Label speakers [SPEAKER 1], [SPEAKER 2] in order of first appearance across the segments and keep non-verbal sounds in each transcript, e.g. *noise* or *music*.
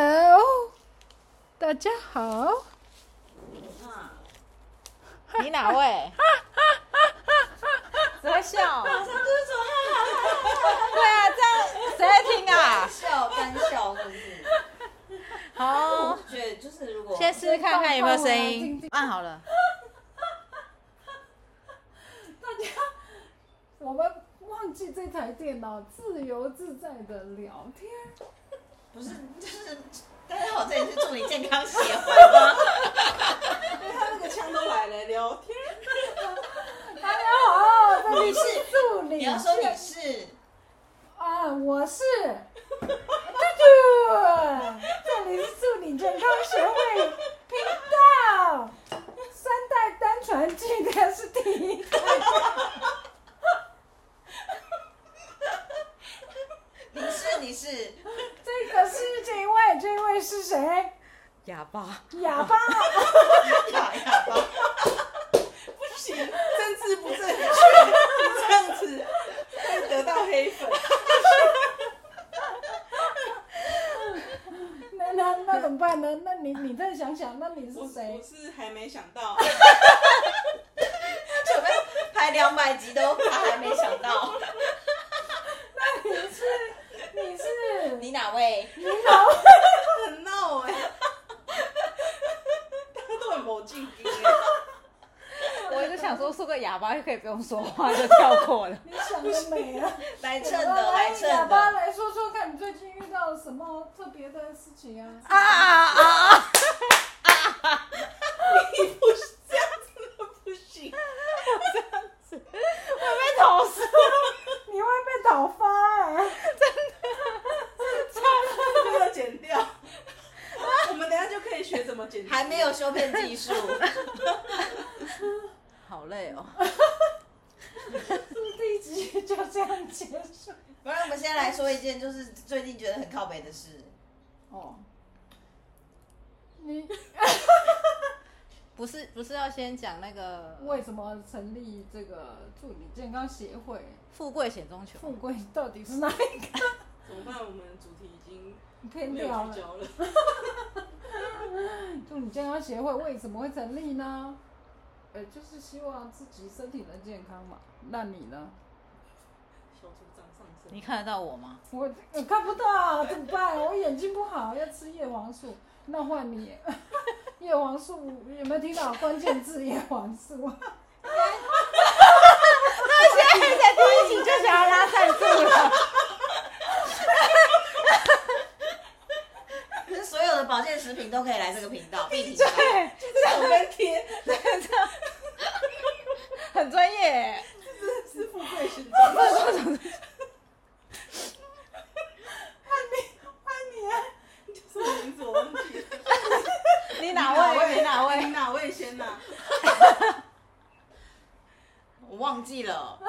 [SPEAKER 1] Hello，大家好。
[SPEAKER 2] *laughs* 你哪位？谁会笑？
[SPEAKER 3] 马上就是说
[SPEAKER 2] 对啊，这样谁会听啊？
[SPEAKER 3] 笑干笑，是不是？
[SPEAKER 2] 好
[SPEAKER 3] 我，觉得就是如果
[SPEAKER 2] 先试试看看有没有声
[SPEAKER 1] 帮我来静
[SPEAKER 2] 音
[SPEAKER 1] 静。
[SPEAKER 2] 按好了，
[SPEAKER 1] 我们忘记这台电脑，自由自在的聊天。
[SPEAKER 3] 不是就是，大家好，这里是祝你健康协会吗？他那个枪都来了，聊天。
[SPEAKER 1] 大家好，这里是助理。
[SPEAKER 3] 你要说你是，
[SPEAKER 1] 啊，我是嘟嘟，这里是助理健康学会频道。三代单传记的是第一代，
[SPEAKER 3] 你是你是，
[SPEAKER 1] 这个是这一位，这一位是谁？
[SPEAKER 2] 哑巴，
[SPEAKER 1] 哑巴。
[SPEAKER 3] 呀呀吧，
[SPEAKER 4] 不行，政治不正确，你这样子会得到黑粉。
[SPEAKER 1] 那那那怎么办呢？那你你再想想，那你
[SPEAKER 4] 我
[SPEAKER 1] 是谁
[SPEAKER 4] 我？是还没想到，
[SPEAKER 3] 准备拍两百集都他还没想到，
[SPEAKER 1] 那你是你是
[SPEAKER 3] 你哪位？
[SPEAKER 1] 你老。
[SPEAKER 4] 很闹哎、大家都很没劲音
[SPEAKER 2] 我就想说，说个哑巴就可以不用说话就跳过了
[SPEAKER 1] 你想的美啊！
[SPEAKER 3] 来蹭
[SPEAKER 1] 我们
[SPEAKER 3] 的，来
[SPEAKER 1] 来
[SPEAKER 3] 蹭
[SPEAKER 1] 哑巴
[SPEAKER 3] 的。
[SPEAKER 1] 来说说看，你最近遇到了什么特别的事情啊？
[SPEAKER 2] 啊啊啊！
[SPEAKER 4] 你不是这样子的不行，
[SPEAKER 2] 我被投诉，
[SPEAKER 1] 你会被讨伐哎、
[SPEAKER 4] 这个剪掉。我们等一下就可以学怎么剪。
[SPEAKER 3] 还没有修片技术，
[SPEAKER 2] 好累哦。
[SPEAKER 1] 是第一集就这样结束。
[SPEAKER 3] 不然我们先来说一件就是最近觉得很靠北的事。
[SPEAKER 1] 哦，你
[SPEAKER 2] 不是不是要先讲那个
[SPEAKER 1] 为什么成立这个助理健康协会？
[SPEAKER 2] 富贵险中求？
[SPEAKER 1] 富贵到底是哪
[SPEAKER 2] *laughs*
[SPEAKER 1] 一
[SPEAKER 4] 怎么办？我们主题已经
[SPEAKER 1] 个偏
[SPEAKER 4] 没有
[SPEAKER 1] 掉
[SPEAKER 4] 聚
[SPEAKER 1] 了？
[SPEAKER 4] 焦了。
[SPEAKER 1] 就你健康协会为什么会成立呢？呃，就是希望自己身体能健康嘛。那你呢？
[SPEAKER 4] 小组长上身，
[SPEAKER 2] 你看得到我吗？
[SPEAKER 1] 我我看不到，啊怎么办？我眼睛不好，要吃叶黄素。那换你， *laughs* 叶黄素有没有听到关键字叶黄素？
[SPEAKER 2] *laughs* 现在第一集就想要拉赞助了，
[SPEAKER 3] 可是所有的保健食品都可以来这个频
[SPEAKER 1] *laughs*
[SPEAKER 3] 道，必频道。
[SPEAKER 4] 手跟贴，
[SPEAKER 2] 很专业耶。
[SPEAKER 4] 是富贵险中
[SPEAKER 1] 啊
[SPEAKER 4] 求， *laughs* 什么名字我忘记了。
[SPEAKER 2] 你哪位？你哪
[SPEAKER 4] 你
[SPEAKER 2] 位？
[SPEAKER 4] 哎哪位先啊呐、
[SPEAKER 3] 我忘记了，
[SPEAKER 1] 还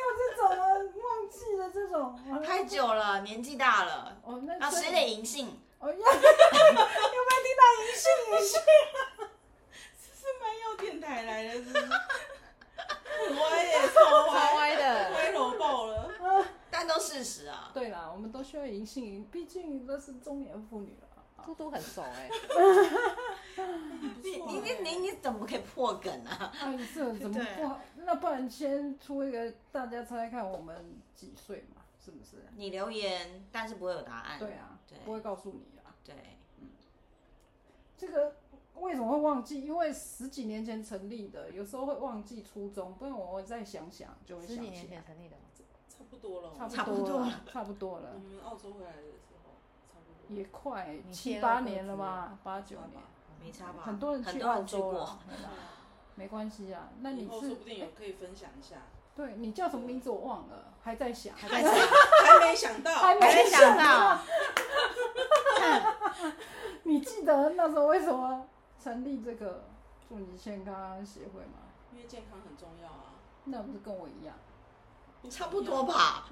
[SPEAKER 1] 有这种啊，忘记了
[SPEAKER 2] *laughs*
[SPEAKER 1] 这种。
[SPEAKER 3] 太久了，年纪大了，
[SPEAKER 1] 哦，那
[SPEAKER 3] 要
[SPEAKER 1] 所
[SPEAKER 3] 吃
[SPEAKER 1] 以
[SPEAKER 3] 啊点银杏。
[SPEAKER 1] 哦，要 *laughs* 有没有听到银杏银杏？
[SPEAKER 4] 是漫游电台来的，是不是？很歪耶、超
[SPEAKER 2] 超
[SPEAKER 4] 歪，
[SPEAKER 2] 歪的。
[SPEAKER 4] 歪楼爆了。
[SPEAKER 3] 但都事实啊，
[SPEAKER 1] *laughs* 对啦，我们都需要银杏，毕竟都是中年妇女了。啊
[SPEAKER 2] 嘟嘟很熟哎、
[SPEAKER 3] 你你你你你怎么可以破梗啊？
[SPEAKER 1] 哎，这怎么
[SPEAKER 3] 对
[SPEAKER 1] 不好？那不然先出一个，大家猜猜看我们几岁嘛？是不是？
[SPEAKER 3] 你留言，但是不会有答案。
[SPEAKER 1] 对啊，
[SPEAKER 3] 哎对
[SPEAKER 1] 不会告诉你啦。
[SPEAKER 3] 对，
[SPEAKER 1] 这个为什么会忘记？因为十几年前成立的，有时候会忘记初衷，不然我再想想就会
[SPEAKER 2] 十
[SPEAKER 1] 想
[SPEAKER 2] 几年
[SPEAKER 1] 起来。
[SPEAKER 2] 前成立的吗？
[SPEAKER 4] 差不多了，
[SPEAKER 1] 差
[SPEAKER 3] 差
[SPEAKER 1] 不
[SPEAKER 3] 不多嗯
[SPEAKER 1] 了，差不多
[SPEAKER 4] 我
[SPEAKER 1] 了，
[SPEAKER 4] 们澳洲回来的时候，差不多。
[SPEAKER 1] 也快
[SPEAKER 2] 你
[SPEAKER 1] 七
[SPEAKER 2] 泄露
[SPEAKER 1] 八
[SPEAKER 2] 个
[SPEAKER 1] 年
[SPEAKER 2] 资
[SPEAKER 1] 了吧，八九年，
[SPEAKER 2] 嗯
[SPEAKER 3] 没差吧？
[SPEAKER 1] 很多人
[SPEAKER 3] 很
[SPEAKER 1] 去
[SPEAKER 3] 多
[SPEAKER 1] 澳
[SPEAKER 3] 人去
[SPEAKER 1] 洲啊
[SPEAKER 3] 过
[SPEAKER 1] 了，，对吧没关系啊。那你
[SPEAKER 4] 以后
[SPEAKER 1] 是
[SPEAKER 4] 说不定有可以分享一下，
[SPEAKER 1] 对你叫什么名字我忘了，还在想，
[SPEAKER 2] 还在想
[SPEAKER 4] 还没想到
[SPEAKER 1] 还，
[SPEAKER 2] 还
[SPEAKER 1] 没
[SPEAKER 2] 没想 *laughs* 到。
[SPEAKER 1] 你记得那时候为什么成立这个祝你健康协会吗？
[SPEAKER 4] 因为健康很重要啊。
[SPEAKER 1] 那不是跟我
[SPEAKER 2] *laughs*
[SPEAKER 1] 一样？
[SPEAKER 3] 差不多吧？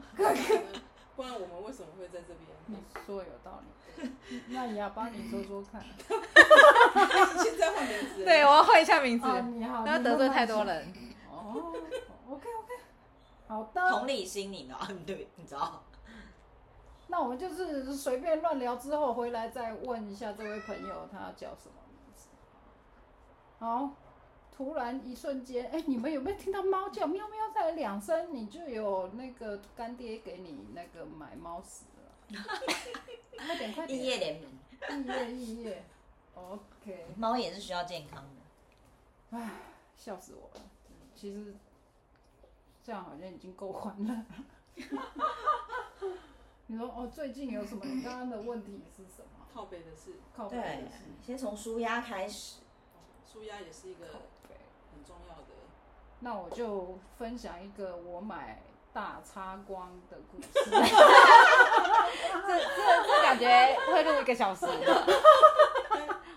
[SPEAKER 4] 不然我们为什么会在这边？
[SPEAKER 1] *laughs* 你说有道理。那哑巴，你说说看。
[SPEAKER 4] 现在换名字了，
[SPEAKER 2] 对，我要换一下名字，
[SPEAKER 1] 啊，你好，
[SPEAKER 2] 不要
[SPEAKER 1] 你
[SPEAKER 2] 得罪
[SPEAKER 1] 慢慢
[SPEAKER 2] 太多
[SPEAKER 1] 想。
[SPEAKER 2] 人。
[SPEAKER 1] 哦，OK OK，好
[SPEAKER 3] 同
[SPEAKER 1] 的，
[SPEAKER 3] 理心你呢？ *laughs* 对，你知道？
[SPEAKER 1] 那我们就是随便乱聊之后回来再问一下这位朋友他叫什么名字。好，突然一瞬间，哎、你们有没有听到猫叫？喵喵再来两声，你就有那个干爹给你那个买猫屎了。快点快点，
[SPEAKER 3] 异业联名，
[SPEAKER 1] 毕业毕业，OK，
[SPEAKER 3] 猫也是需要健康的。
[SPEAKER 1] 唉，笑死我了。嗯其实这样好像已经够欢了。 *laughs* 你说哦，最近有什么？你刚刚的问题是什么？
[SPEAKER 4] 靠北的是，
[SPEAKER 1] 靠背
[SPEAKER 3] 对
[SPEAKER 1] 的事，
[SPEAKER 3] 先从舒压
[SPEAKER 1] *laughs*
[SPEAKER 3] 开始。
[SPEAKER 4] 舒压也是一个
[SPEAKER 1] 靠背。
[SPEAKER 4] 很重要的。
[SPEAKER 1] 那我就分享一个我买大擦光的故事。 *laughs*
[SPEAKER 2] 这这这感觉会录一个 *laughs* 小时，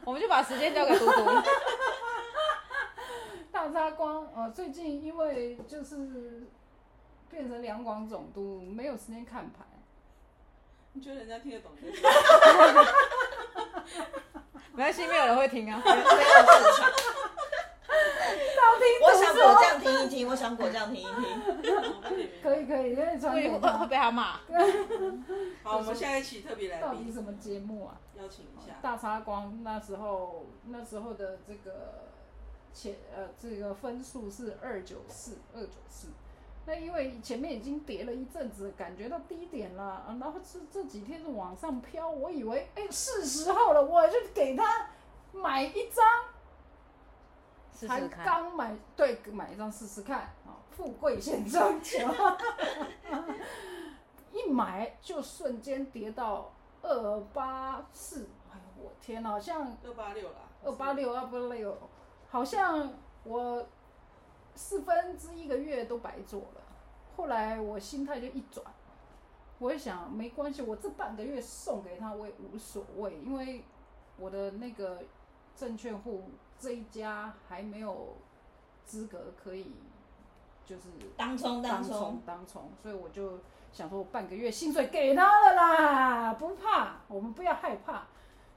[SPEAKER 2] 我们就把时间交给嘟嘟。
[SPEAKER 1] 大家光呃，最近因为就是变成两广总督，没有时间看盘。
[SPEAKER 4] 你觉得人家听得懂
[SPEAKER 1] *laughs*
[SPEAKER 4] 这个？
[SPEAKER 2] 没关系，没有人会听啊。
[SPEAKER 3] 没有正
[SPEAKER 1] *laughs*
[SPEAKER 3] 常。
[SPEAKER 1] 道听
[SPEAKER 3] 我
[SPEAKER 1] 途
[SPEAKER 3] 想
[SPEAKER 1] 说
[SPEAKER 3] 果酱听一听，我想果酱听一听。
[SPEAKER 1] 可以可以，可以传
[SPEAKER 2] 会
[SPEAKER 1] 给
[SPEAKER 2] 会会
[SPEAKER 1] 他。
[SPEAKER 2] 被他骂。
[SPEAKER 4] 好，我们下一期特别来
[SPEAKER 1] 到底
[SPEAKER 4] 宾
[SPEAKER 1] 什么节目啊？
[SPEAKER 4] 邀请一下，
[SPEAKER 1] 大沙光那时候那时候的这个前呃这个分数是二九四二九四，那因为前面已经跌了一阵子，感觉到低点了，啊然后这这几天是往上飘，我以为哎是时候了，我就给他买一张，
[SPEAKER 2] 试
[SPEAKER 1] 才
[SPEAKER 2] 试看，
[SPEAKER 1] 刚买对买一张试试看啊，富贵险中求， *laughs* 一买就瞬间跌到二八四，哎呦我天哪，好像
[SPEAKER 4] 二八六啦，
[SPEAKER 1] 二八六二八六，好像我四分之一个月都白做了。后来我心态就一转，我也想没关系，我这半个月送给他我也无所谓，因为我的那个证券户这一家还没有资格可以就是
[SPEAKER 3] 当冲当
[SPEAKER 1] 当
[SPEAKER 3] 冲
[SPEAKER 1] 冲，当冲，所以我就想说，我半个月薪水给他了啦，不怕，我们不要害怕。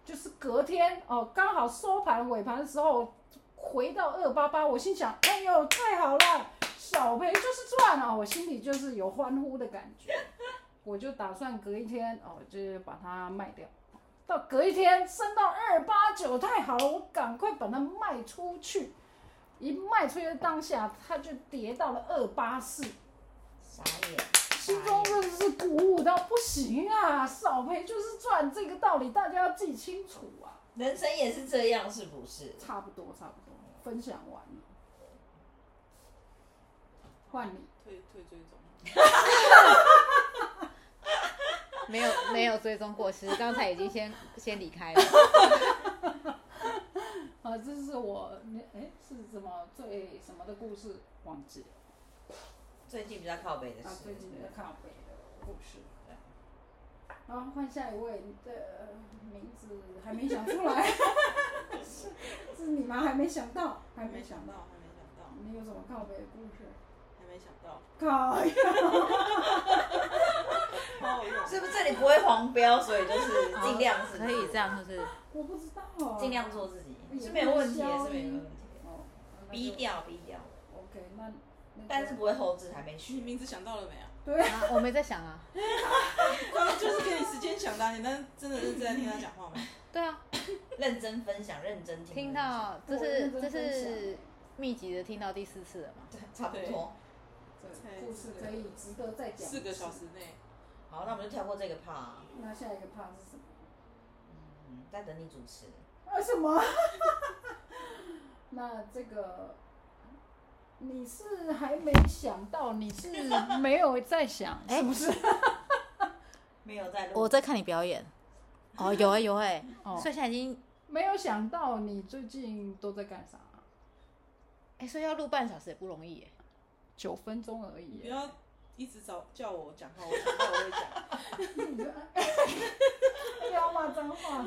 [SPEAKER 1] 就是隔天哦，刚好收盘尾盘的时候回到二八八，我心想，哎呦，太好了，小赔就是赚啊，我心里就是有欢呼的感觉，我就打算隔一天哦，就是把它卖掉。到隔一天升到二八九，太好了，我赶快把它卖出去。一卖出去的当下，它就跌到了二八四，
[SPEAKER 3] 傻眼。
[SPEAKER 1] 心中真的是鼓舞到不行啊！少赔就是赚，这个道理大家要记清楚啊。
[SPEAKER 3] 人生也是这样，是不是？
[SPEAKER 1] 差不多，差不多，分享完了，换你。
[SPEAKER 4] 退退追踪，
[SPEAKER 2] 没有没有追踪过， *laughs* 其实刚才已经先先离开了。
[SPEAKER 1] 啊，这是我，哎，是什么最什么的故事？忘记了。
[SPEAKER 3] 最近比较靠北的
[SPEAKER 1] 啊
[SPEAKER 3] 事，，
[SPEAKER 1] 最近的靠北的故事。
[SPEAKER 3] 对
[SPEAKER 1] 然后换下一位，你的名字还没想出 *laughs* 来，是是你吗？还没想到，还
[SPEAKER 4] 还
[SPEAKER 1] 没
[SPEAKER 4] 没
[SPEAKER 1] 想
[SPEAKER 4] 想
[SPEAKER 1] 到
[SPEAKER 4] 到，。还没想到，
[SPEAKER 1] 你有什么靠北的故事？
[SPEAKER 4] 还没想到，
[SPEAKER 1] 靠呀！
[SPEAKER 4] 好好用。
[SPEAKER 3] 是不是这里不会黄标，所以就是尽量是
[SPEAKER 2] 可以这样，就是
[SPEAKER 1] 我不知道。啊
[SPEAKER 3] 尽量做自己，是没有问题的，是没有问题的。
[SPEAKER 1] 哦，那就
[SPEAKER 3] 低。调低调，
[SPEAKER 1] OK，那那就
[SPEAKER 3] 但是不会后置，还没
[SPEAKER 4] 你
[SPEAKER 3] 去。
[SPEAKER 4] 名字想到了没啊？
[SPEAKER 1] 对
[SPEAKER 2] 啊，我没在想啊。
[SPEAKER 4] 刚刚就是给你时间想的啊，你那真的认真在听他讲话吗？
[SPEAKER 2] 对啊，
[SPEAKER 3] 认真分享，认真听。
[SPEAKER 2] 听到这
[SPEAKER 1] 我认
[SPEAKER 2] 是
[SPEAKER 1] 真
[SPEAKER 2] 这
[SPEAKER 1] 分
[SPEAKER 2] 是密集的听到第四次了嘛？
[SPEAKER 3] 对，差不多。
[SPEAKER 1] 对，故事可以值得再讲。
[SPEAKER 4] 四个小时。内，
[SPEAKER 3] 好，那我们就跳过这个 part。
[SPEAKER 1] 那下一个 part 是什么？
[SPEAKER 3] 嗯，在等你主持。
[SPEAKER 1] 啊什么？ *laughs* 那这个你是还没想到，你是没有在
[SPEAKER 2] *laughs*
[SPEAKER 1] 想，
[SPEAKER 2] 哎
[SPEAKER 1] 是不是？
[SPEAKER 3] 没有在录。
[SPEAKER 2] 我在看你表演。哦，有哎、有哎、
[SPEAKER 1] 哦
[SPEAKER 2] 所以现在已经
[SPEAKER 1] 没有想到你最近都在干啥？
[SPEAKER 2] 哎、所以要录半小时也不容易哎、
[SPEAKER 1] 九分钟而已
[SPEAKER 2] 嗯
[SPEAKER 4] 不
[SPEAKER 1] 耶。
[SPEAKER 4] 要一直找叫我讲话，我想到我会讲。
[SPEAKER 1] 不要骂脏话。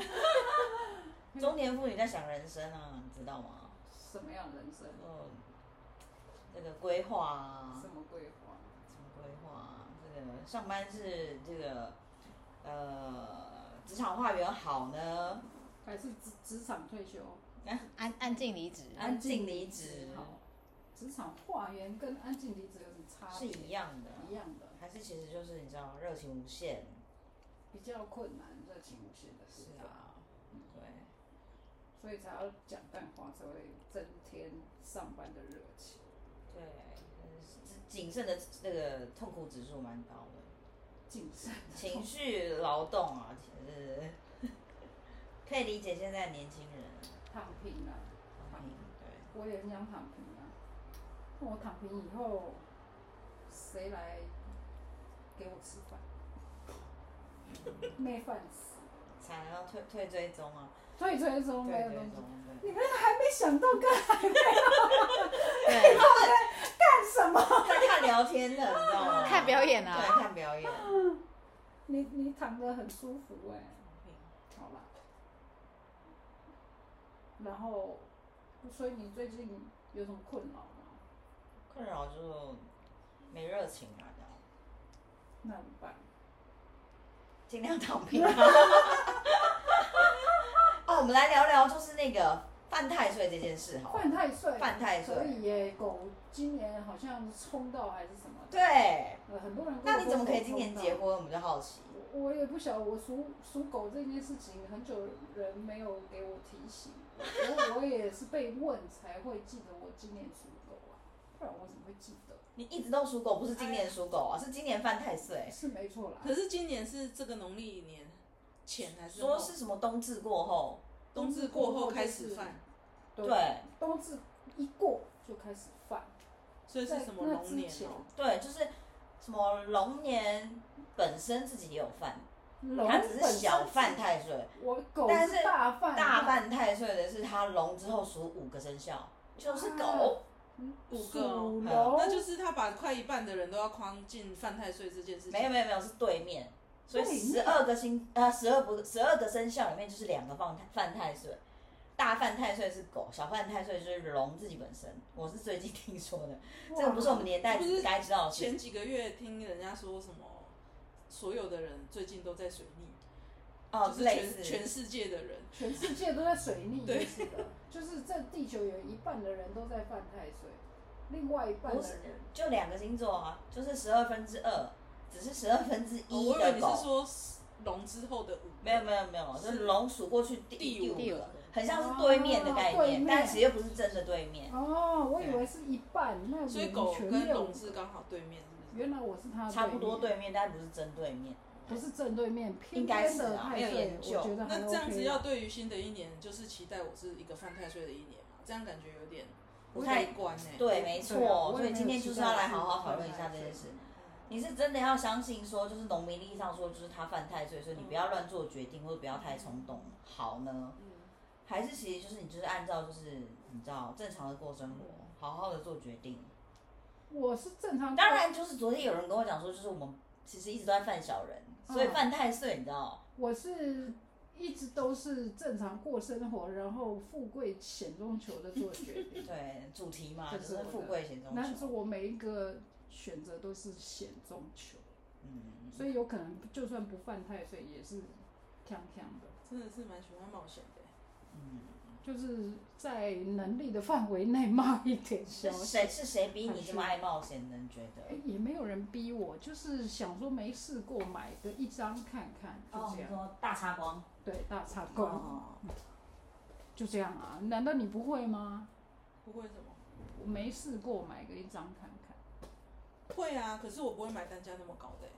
[SPEAKER 3] 中年妇女在想人生啊，你知道吗？
[SPEAKER 1] 什么样的人生？
[SPEAKER 3] 呃，这个规划啊
[SPEAKER 1] 什，么规划？
[SPEAKER 3] 什么规划啊？这个上班是这个呃职场化缘好呢，
[SPEAKER 1] 还是职职场退休？
[SPEAKER 2] 按按静离职，
[SPEAKER 3] 安静离职，
[SPEAKER 1] 好，职场化缘跟安静离职有什么差
[SPEAKER 3] 是
[SPEAKER 1] 别
[SPEAKER 3] 一样的，
[SPEAKER 1] 一样的，
[SPEAKER 3] 还是其实就是你知道热情无限，
[SPEAKER 1] 比较困难热情无限的事情，
[SPEAKER 3] 啊，对，
[SPEAKER 1] 所以才要讲淡化，才会增添上班的热情。
[SPEAKER 3] 对，呃谨慎的那个痛苦指数蛮高
[SPEAKER 1] *laughs*
[SPEAKER 3] 的，
[SPEAKER 1] 谨慎，
[SPEAKER 3] 情绪劳动啊，呃，可以理解现在年轻
[SPEAKER 1] *laughs*
[SPEAKER 3] 人，
[SPEAKER 1] 躺平啊，
[SPEAKER 3] 嗯，对，
[SPEAKER 1] 我也很想躺平啊。那我躺平以后，谁来给我吃
[SPEAKER 3] *laughs*
[SPEAKER 1] 饭？没饭吃，
[SPEAKER 3] 才要退退追踪啊，
[SPEAKER 1] 所以追踪
[SPEAKER 3] 退
[SPEAKER 1] 没有
[SPEAKER 3] 追
[SPEAKER 1] 东西
[SPEAKER 3] 踪。，对
[SPEAKER 1] 你们还没想到干
[SPEAKER 3] 对，
[SPEAKER 1] 干什么？
[SPEAKER 3] 在看聊天的，你知道吗？
[SPEAKER 2] 看表演啊，
[SPEAKER 3] 对，看表演，
[SPEAKER 1] 你你躺得很舒服哎、
[SPEAKER 3] 嗯
[SPEAKER 1] 好啦。然后，所以你最近有什么困扰吗？
[SPEAKER 3] 困扰就没热情啊，这样
[SPEAKER 1] 那怎么办？
[SPEAKER 3] 尽量
[SPEAKER 1] *laughs*
[SPEAKER 3] 躺平啊。哦，我们来聊聊就是那个犯太岁这件事好了，
[SPEAKER 1] 犯太岁，
[SPEAKER 3] 犯太
[SPEAKER 1] 所
[SPEAKER 3] 岁，
[SPEAKER 1] 以耶，狗今年好像冲到还是什么的，
[SPEAKER 3] 对，
[SPEAKER 1] 呃，很多人跟我
[SPEAKER 3] 那
[SPEAKER 1] 说
[SPEAKER 3] 你怎么可以今年结
[SPEAKER 1] 狗
[SPEAKER 3] 婚？我们就好奇。
[SPEAKER 1] 冲到？我我也不晓得，我属属狗这件事情，很久人没有给我提醒，我我也是被问才会记得我今年属狗啊，不然我怎么会记得？
[SPEAKER 3] *laughs* 你一直都属狗，不是今年属狗啊，是今年犯太岁。
[SPEAKER 1] 是没错啦，
[SPEAKER 4] 可是今年是这个农历年前还是
[SPEAKER 3] 说
[SPEAKER 4] 后？
[SPEAKER 3] 是什么冬至过后，
[SPEAKER 4] 冬至过后开始犯，
[SPEAKER 1] 对
[SPEAKER 3] 对
[SPEAKER 1] 冬至一过就开始犯，
[SPEAKER 4] 所以是什么
[SPEAKER 1] 在那
[SPEAKER 4] 龙年
[SPEAKER 1] 之前
[SPEAKER 4] 哦？
[SPEAKER 3] 对，就是什么龙年本身自己也有犯，
[SPEAKER 1] 龙
[SPEAKER 3] 他只
[SPEAKER 1] 本
[SPEAKER 3] 是
[SPEAKER 1] 身
[SPEAKER 3] 小犯，太岁，
[SPEAKER 1] 我狗
[SPEAKER 3] 但是
[SPEAKER 1] 大犯
[SPEAKER 3] 大犯太岁的是他龙之后属五个生肖，就是狗。
[SPEAKER 4] 啊
[SPEAKER 1] 嗯
[SPEAKER 4] 五个哦
[SPEAKER 1] 属
[SPEAKER 3] 嗯
[SPEAKER 1] 龙，
[SPEAKER 4] 那就是他把快一半的人都要框进犯太岁这件事情。
[SPEAKER 3] 没有没有没有，是对面。所以
[SPEAKER 1] 对面
[SPEAKER 3] 十二个星呃十二不十二个生肖里面就是两个犯太犯太岁，大犯太岁是狗，小犯太岁就是龙自己本身。我是最近听说的，这个不是我们年代
[SPEAKER 4] 这不是
[SPEAKER 3] 该知道的事。
[SPEAKER 4] 前几个月听人家说什么，所有的人最近都在水逆，
[SPEAKER 3] 哦
[SPEAKER 4] 就，是
[SPEAKER 3] 类
[SPEAKER 4] 全
[SPEAKER 3] 似
[SPEAKER 4] 全世界的人。
[SPEAKER 1] 全世界都在水逆，
[SPEAKER 4] 对
[SPEAKER 1] 就是的，就是这地球有一半的人都在犯太岁，另外一半
[SPEAKER 3] 不
[SPEAKER 1] 的
[SPEAKER 3] 是
[SPEAKER 1] 人
[SPEAKER 3] 就两个星座啊，就是十二分之二，只是十二分之
[SPEAKER 4] 哦
[SPEAKER 3] 一
[SPEAKER 4] 我以为
[SPEAKER 3] 的
[SPEAKER 4] 你
[SPEAKER 3] 狗。
[SPEAKER 4] 是说龙之后的五，
[SPEAKER 3] 没有没有没有，
[SPEAKER 4] 是
[SPEAKER 3] 是龙数过去第
[SPEAKER 4] 第
[SPEAKER 3] 第
[SPEAKER 4] 五
[SPEAKER 3] 五
[SPEAKER 2] 第五
[SPEAKER 3] 个，很像是对面的概
[SPEAKER 1] 哦对
[SPEAKER 3] 念，
[SPEAKER 1] 面
[SPEAKER 3] 但其实又不是真的对面，
[SPEAKER 1] 哦，我以为是一半，那我们
[SPEAKER 4] 所以狗
[SPEAKER 1] 全
[SPEAKER 4] 跟
[SPEAKER 1] 没有
[SPEAKER 4] 龙是刚好对面，是不是？
[SPEAKER 1] 原来我是他的
[SPEAKER 3] 差不多
[SPEAKER 1] 对面，
[SPEAKER 3] 啊对面，但不是真对面。
[SPEAKER 1] 不是正对面，偏
[SPEAKER 3] 应该
[SPEAKER 1] 偏
[SPEAKER 3] 是
[SPEAKER 1] 的
[SPEAKER 3] 啊没有
[SPEAKER 1] 太岁，
[SPEAKER 3] 研
[SPEAKER 1] 我
[SPEAKER 3] 究
[SPEAKER 1] 觉得还
[SPEAKER 4] 那
[SPEAKER 1] OK。
[SPEAKER 4] 这样
[SPEAKER 3] 啊
[SPEAKER 4] 子要对于新的一年，就是期待我是一个犯太岁的一年嘛？这样感觉有点
[SPEAKER 3] 不太
[SPEAKER 4] 悲观呢、
[SPEAKER 3] 对，没
[SPEAKER 1] 对啊
[SPEAKER 3] 错。
[SPEAKER 1] 我
[SPEAKER 3] 所
[SPEAKER 1] 也
[SPEAKER 3] 以今
[SPEAKER 1] 没有
[SPEAKER 3] 天
[SPEAKER 1] 期
[SPEAKER 3] 就是
[SPEAKER 1] 待
[SPEAKER 3] 要来
[SPEAKER 1] 是
[SPEAKER 3] 好好讨
[SPEAKER 1] 犯
[SPEAKER 3] 论一
[SPEAKER 1] 太
[SPEAKER 3] 下这件
[SPEAKER 1] 岁
[SPEAKER 3] 事。你是真的要相信说，就是农民历上说，就是他犯太岁，所以你不要乱做决定，或者不要太冲动，好呢？还是其实就是你就是按照就是你知道正常的过生活，好好的做决定。
[SPEAKER 1] 我是正常，
[SPEAKER 3] 当然，就是昨天有人跟我讲说，就是我们其实一直都在犯小人，所以
[SPEAKER 1] 嗯
[SPEAKER 3] 犯太岁，你知道。。
[SPEAKER 1] 我是一直都是正常过生活，然后富贵险中求的做决定
[SPEAKER 3] *laughs* 对，主题嘛，
[SPEAKER 1] 这
[SPEAKER 3] 就是是
[SPEAKER 1] 我
[SPEAKER 3] 富
[SPEAKER 1] 的
[SPEAKER 3] 贵险中
[SPEAKER 1] 但是
[SPEAKER 3] 求。
[SPEAKER 1] 我每一个选择都是险中求，
[SPEAKER 3] 嗯，
[SPEAKER 1] 所以有可能就算不犯太岁也是锵锵的，
[SPEAKER 4] 真的是蛮喜欢冒险的、欸
[SPEAKER 3] 嗯
[SPEAKER 1] 就是在能力的范围内冒一点小
[SPEAKER 3] 是
[SPEAKER 1] 险。
[SPEAKER 3] 谁是谁逼你
[SPEAKER 1] 还
[SPEAKER 3] 这么
[SPEAKER 1] 是
[SPEAKER 3] 爱冒险的？你觉
[SPEAKER 1] 哎
[SPEAKER 3] 得？
[SPEAKER 1] 也没有人逼我，就是想说没试过买个一张看看，就这样。
[SPEAKER 3] 哦说大擦光。
[SPEAKER 1] 对，大差光、
[SPEAKER 3] 哦，
[SPEAKER 1] 就这样啊？难道你不会吗？
[SPEAKER 4] 不会什么？
[SPEAKER 1] 我没试过，买个一张看看。
[SPEAKER 4] 会啊，可是我不会买单价那么高的、欸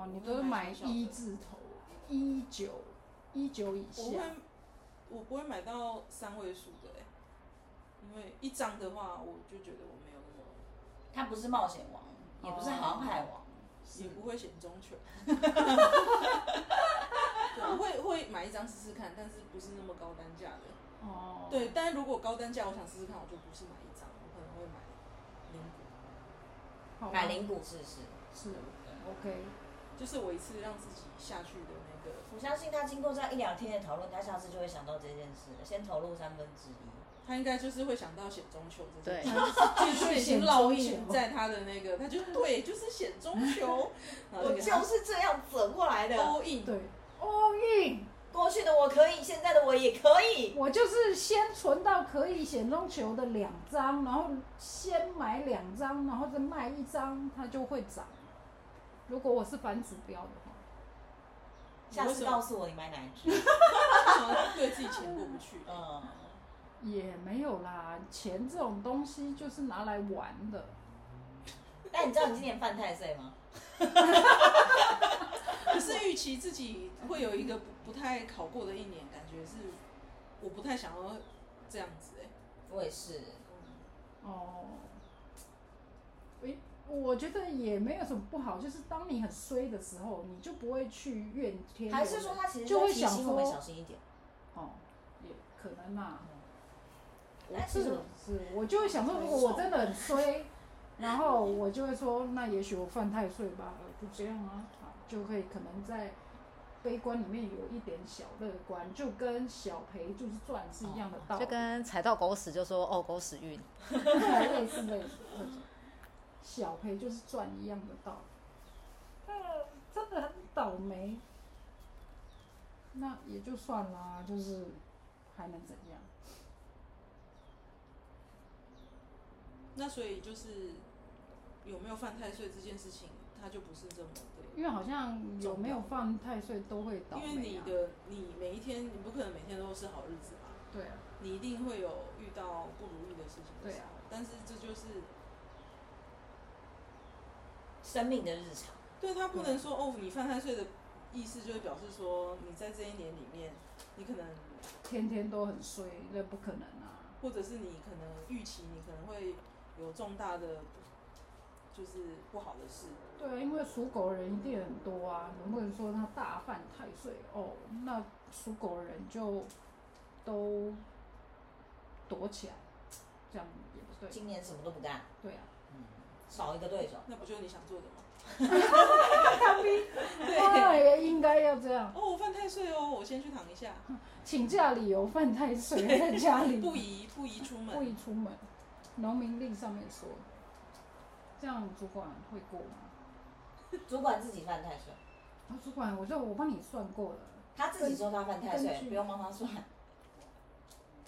[SPEAKER 1] 哦，你
[SPEAKER 4] 我会
[SPEAKER 1] 都是
[SPEAKER 4] 买
[SPEAKER 1] 买
[SPEAKER 4] 小小的
[SPEAKER 1] 一字头，一九一九以
[SPEAKER 4] 我会
[SPEAKER 1] 下，，
[SPEAKER 4] 我不会买到三位数的、欸，因为一张的话，我就觉得我没有那么，
[SPEAKER 3] 他不是冒险王，也不是航海王。
[SPEAKER 4] 也不会险中求。我会会买一张试试看，但是不是那么高单价的。
[SPEAKER 1] 哦，
[SPEAKER 4] 对，但是如果高单价，我想试试看，我就不是买一张，我可能会
[SPEAKER 1] 好吧
[SPEAKER 4] 买零股，
[SPEAKER 3] 买灵谷试试，
[SPEAKER 1] 是 OK，
[SPEAKER 4] 就是我一次让自己下去的那个。
[SPEAKER 3] 我相信他经过这样一两天的讨论，他下次就会想到这件事，先投入三分之一。
[SPEAKER 4] 他应该就是会想到险中求这件
[SPEAKER 2] 对
[SPEAKER 4] 事，就是就已经烙
[SPEAKER 1] 险
[SPEAKER 4] 印
[SPEAKER 1] 中求
[SPEAKER 4] 在他的那个，他就对，就是险中
[SPEAKER 1] *laughs*
[SPEAKER 4] 求，然后
[SPEAKER 3] 我
[SPEAKER 4] 就给他
[SPEAKER 3] 就是这样走过来的。
[SPEAKER 4] all in，
[SPEAKER 1] 对，all in，
[SPEAKER 3] 过哦过去的我可以，现在的我也可以。
[SPEAKER 1] 我就是先存到可以险中求的两张，然后先买两张，然后再卖一张，它就会涨。如果我是反指标的话，
[SPEAKER 3] 下次告诉我你买哪一只。
[SPEAKER 4] 对自己钱过不去。
[SPEAKER 3] 嗯，
[SPEAKER 1] 也没有啦。钱这种东西就是拿来玩的，
[SPEAKER 3] 但你知道你今年犯太岁吗？
[SPEAKER 4] 可是预期自己会有一个不不太考过的一年，感觉是我不太想要这样子哎、
[SPEAKER 3] 我也是，
[SPEAKER 1] 哦，诶，我觉得也没有什么不好，就是当你很衰的时候，你就不会去怨天尤人，
[SPEAKER 3] 还是说他其实
[SPEAKER 1] 就
[SPEAKER 3] 在
[SPEAKER 1] 会
[SPEAKER 3] 提
[SPEAKER 1] 想
[SPEAKER 3] 醒我们
[SPEAKER 1] 说
[SPEAKER 3] 小心一点。
[SPEAKER 1] 哦，也可能嘛。我
[SPEAKER 3] 但
[SPEAKER 1] 是
[SPEAKER 3] 是
[SPEAKER 1] 是，我就会想说，如果我真的很衰，然后我就会说，那也许我犯太岁吧，呃就这样啊，啊就会可能在悲观里面有一点小乐观，就跟小赔就是赚是一样的道理，
[SPEAKER 2] 就跟踩到狗屎就说哦狗屎运，
[SPEAKER 1] 对类似类似这种，小赔就是赚一样的道理，呃，真的很倒霉，那也就算啦，就是还能怎样？
[SPEAKER 4] 那所以就是有没有犯太岁这件事情，它就不是这么的，
[SPEAKER 1] 因为好像有没有犯太岁都会倒
[SPEAKER 4] 因
[SPEAKER 1] 霉、啊，
[SPEAKER 4] 为你的你每一天你不可能每天都是好日子嘛。
[SPEAKER 1] 对啊，
[SPEAKER 4] 你一定会有遇到不如意的事情的时
[SPEAKER 1] 对
[SPEAKER 4] 候，
[SPEAKER 1] 啊
[SPEAKER 4] 但是这就是
[SPEAKER 3] 生命的日常，
[SPEAKER 4] 对他不能说哦，你犯太岁的意思就是表示说你在这一年里面，你可能
[SPEAKER 1] 天天都很衰，那不可能啊。
[SPEAKER 4] 或者是你可能预期你可能会有重大的就是不好的事，
[SPEAKER 1] 对啊，因为属狗的人一定很多啊，能不能说他大犯太岁哦？那属狗的人就都躲起来，这样也不对。
[SPEAKER 3] 今年什么都不干，嗯
[SPEAKER 1] 对啊，
[SPEAKER 3] 少一个对手。
[SPEAKER 4] 那不就是你想做的吗？
[SPEAKER 1] 当然也哎应该要这样，
[SPEAKER 4] 哦，我犯太岁哦，我先去躺一下，
[SPEAKER 1] 请假理由犯太岁，在家里
[SPEAKER 4] *laughs* 不宜不宜出
[SPEAKER 1] 不
[SPEAKER 4] 门。
[SPEAKER 1] 宜出门，农民令上面说的，这样主管会过吗？
[SPEAKER 3] 主管自己犯太岁，
[SPEAKER 1] 啊，主管，我就我帮你算过了，
[SPEAKER 3] 他自己说他犯太
[SPEAKER 1] 根
[SPEAKER 3] 岁，
[SPEAKER 1] 据啊
[SPEAKER 3] 不用帮他算。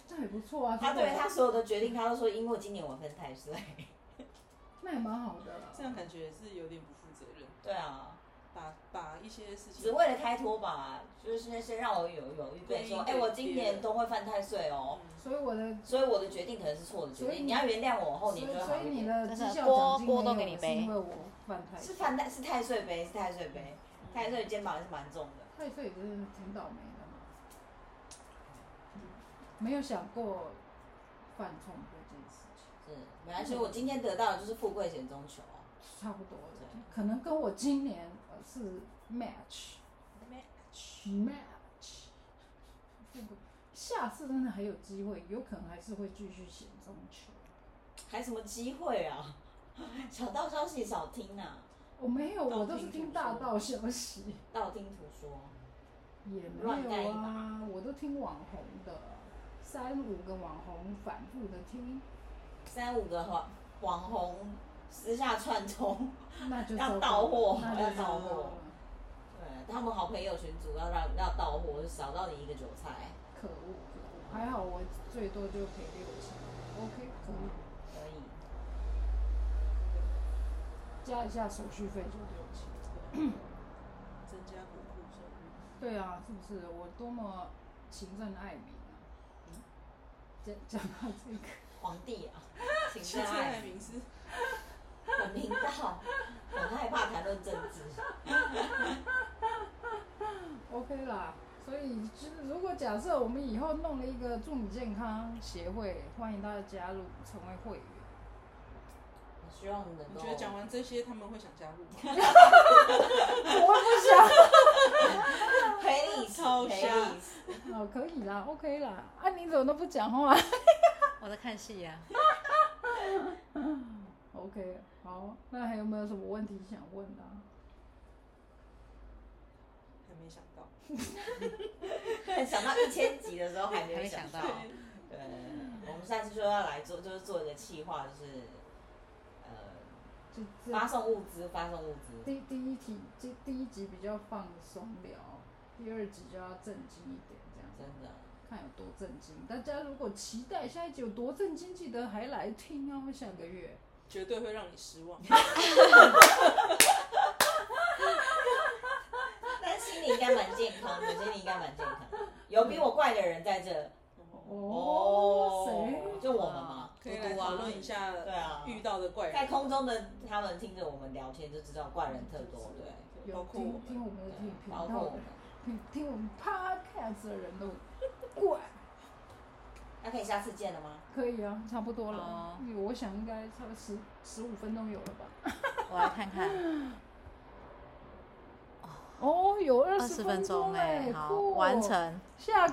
[SPEAKER 1] 这还不错啊。
[SPEAKER 3] 他
[SPEAKER 1] 主管
[SPEAKER 3] 对他所有的决定，他都说因为今年我犯
[SPEAKER 1] *laughs*
[SPEAKER 3] 太岁。
[SPEAKER 1] 那也蛮好的啦。
[SPEAKER 4] 这样感觉是有点不负责任，
[SPEAKER 3] 对啊，
[SPEAKER 4] 把把一些事
[SPEAKER 3] 只
[SPEAKER 4] 情，
[SPEAKER 3] 为了开脱吧，就是先让我有有预备，说，哎、我今年都会犯太岁
[SPEAKER 4] 嗯
[SPEAKER 3] 哦，
[SPEAKER 1] 所以我的
[SPEAKER 3] 所以我的决定可能是错的决
[SPEAKER 1] 所以
[SPEAKER 3] 定，哦你要原谅我，后
[SPEAKER 1] 所
[SPEAKER 3] 年就
[SPEAKER 1] 以
[SPEAKER 3] 会
[SPEAKER 1] 所
[SPEAKER 3] 好
[SPEAKER 1] 以
[SPEAKER 3] 一
[SPEAKER 1] 你
[SPEAKER 3] 点。
[SPEAKER 1] 的
[SPEAKER 2] 真
[SPEAKER 1] 绩
[SPEAKER 2] 的
[SPEAKER 1] 效
[SPEAKER 2] 锅
[SPEAKER 1] 奖金
[SPEAKER 2] 锅都
[SPEAKER 1] 没
[SPEAKER 2] 给
[SPEAKER 1] 有
[SPEAKER 2] 你
[SPEAKER 1] 是因
[SPEAKER 2] 背
[SPEAKER 1] 为我犯太
[SPEAKER 3] 是
[SPEAKER 1] 岁，
[SPEAKER 3] 犯太是太岁呗，是太岁呗，太岁肩膀还是蛮重的。
[SPEAKER 1] 太岁也真的挺倒霉的嘛。没有想过犯冲这件事情，
[SPEAKER 3] 是，没关系，我今天得到的就是富贵险中求。啊
[SPEAKER 1] 差不多
[SPEAKER 3] 对
[SPEAKER 1] 的，可能跟我今年呃是 match match。这个下次真的还有机会，有可能还是会继续险中求。
[SPEAKER 3] 还什么机会啊？ *laughs* 小道消息少听呐、啊，
[SPEAKER 1] 我没有，我都是
[SPEAKER 4] 道听途
[SPEAKER 1] 听大
[SPEAKER 4] 说
[SPEAKER 1] 道消息。
[SPEAKER 3] 道听途说。
[SPEAKER 1] 也
[SPEAKER 3] 乱
[SPEAKER 1] 没
[SPEAKER 3] 盖
[SPEAKER 1] 有
[SPEAKER 3] 一
[SPEAKER 1] 啊，我都听网红的，三五个网红反复的听，
[SPEAKER 3] 三五个网网红私下串通，
[SPEAKER 1] 那就
[SPEAKER 3] 要
[SPEAKER 1] 糟
[SPEAKER 3] 到
[SPEAKER 1] 糕
[SPEAKER 3] 货
[SPEAKER 1] 了，那就
[SPEAKER 3] 要到
[SPEAKER 1] 糟
[SPEAKER 3] 货
[SPEAKER 1] 糕了，
[SPEAKER 3] 对他们好朋友群组要让要到货，就少到你一个韭菜，
[SPEAKER 1] 可恶可恶！还好我最多就赔六千，OK 可以，
[SPEAKER 3] 可以。
[SPEAKER 1] 加一下手续费就六千。
[SPEAKER 4] 嗯增加国库收入，
[SPEAKER 1] 对啊，是不是？我多么勤政爱民啊！嗯讲 *laughs* 讲到这个，
[SPEAKER 3] 皇帝啊，请
[SPEAKER 4] 其实
[SPEAKER 3] 大爱 *laughs*
[SPEAKER 4] 爱，民是
[SPEAKER 3] 很频道，很害怕谈论政治。
[SPEAKER 1] OK 啦，所以就是如果假设我们以后弄了一个祝你健康协会，欢迎大家加入成为会员。
[SPEAKER 3] 我希望能
[SPEAKER 4] 你
[SPEAKER 3] 够
[SPEAKER 4] 觉得讲完这些他们会想加
[SPEAKER 3] *laughs*
[SPEAKER 4] 入吗？
[SPEAKER 1] 我不想。
[SPEAKER 3] 陪你
[SPEAKER 4] 超
[SPEAKER 3] 陪
[SPEAKER 4] 瞎
[SPEAKER 3] 你死
[SPEAKER 1] *laughs* 哦，可以啦，OK 啦。啊，你怎么都不讲话
[SPEAKER 2] 我在看戏啊呀、
[SPEAKER 1] ？OK，好，那还有没有什么问题想问的啊、
[SPEAKER 4] 还没想到，
[SPEAKER 3] 想到一千集的时候还没
[SPEAKER 2] 还
[SPEAKER 3] 有
[SPEAKER 2] 没
[SPEAKER 3] 想
[SPEAKER 2] 想
[SPEAKER 3] 到
[SPEAKER 2] 到。
[SPEAKER 3] 对，我们下次就要来做，就是做一个企划，就是呃
[SPEAKER 1] 就
[SPEAKER 3] 发
[SPEAKER 1] 这
[SPEAKER 3] 送物资，发送物资。
[SPEAKER 1] 第第一题，第第一集比较放松聊，第二集就要震惊一点，这样
[SPEAKER 3] 真的。
[SPEAKER 1] 看有多震惊。大家如果期待下一集有多震惊，记得还来听啊！我下个月
[SPEAKER 4] 绝对会让你失
[SPEAKER 3] *laughs*
[SPEAKER 4] 望。
[SPEAKER 3] 但心理应该蛮健康的，心理应该蛮健康的。有比我怪的人在这
[SPEAKER 1] 哦，谁？
[SPEAKER 3] 就我们嘛，
[SPEAKER 4] 可以来
[SPEAKER 3] 嘟嘟啊
[SPEAKER 4] 讨论一下
[SPEAKER 3] 对啊
[SPEAKER 4] 遇到的怪
[SPEAKER 3] 在
[SPEAKER 4] 人，
[SPEAKER 3] 空中的他们听着我们聊天就知道怪人特多，对，
[SPEAKER 1] 有
[SPEAKER 4] 包括我
[SPEAKER 1] 听听
[SPEAKER 4] 们，
[SPEAKER 1] 我们的
[SPEAKER 3] 对
[SPEAKER 1] 听频道
[SPEAKER 3] 包括我
[SPEAKER 1] 的
[SPEAKER 3] 们，，
[SPEAKER 1] 听听我们 podcast 的人都怪，
[SPEAKER 3] 那可以下次见了吗？
[SPEAKER 1] 可以啊，差不多了
[SPEAKER 2] 哦。
[SPEAKER 1] 我想应该差不多十十五分钟有了吧。
[SPEAKER 2] 我来看看。
[SPEAKER 1] 哦，有二
[SPEAKER 2] 哦二十分钟
[SPEAKER 1] 哎
[SPEAKER 2] 哎，，好，
[SPEAKER 1] 酷哦
[SPEAKER 2] 完成。
[SPEAKER 1] 下